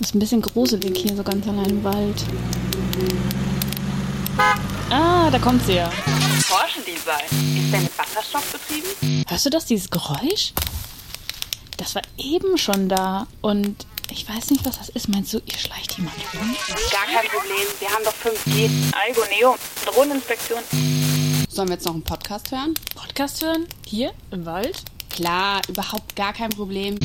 ist ein bisschen gruselig hier, so ganz allein im Wald. Ah, da kommt sie ja. Forschen die bei? Ist der mit Wasserstoff betrieben? Hörst du das, dieses Geräusch? Das war eben schon da und ich weiß nicht, was das ist. Meinst du, ihr schleicht jemand um? rum? Gar kein Problem. Wir haben doch 5G, Algoneo, Drohneninspektion. Sollen wir jetzt noch einen Podcast hören? Podcast hören? Hier im Wald? Klar, überhaupt gar kein Problem.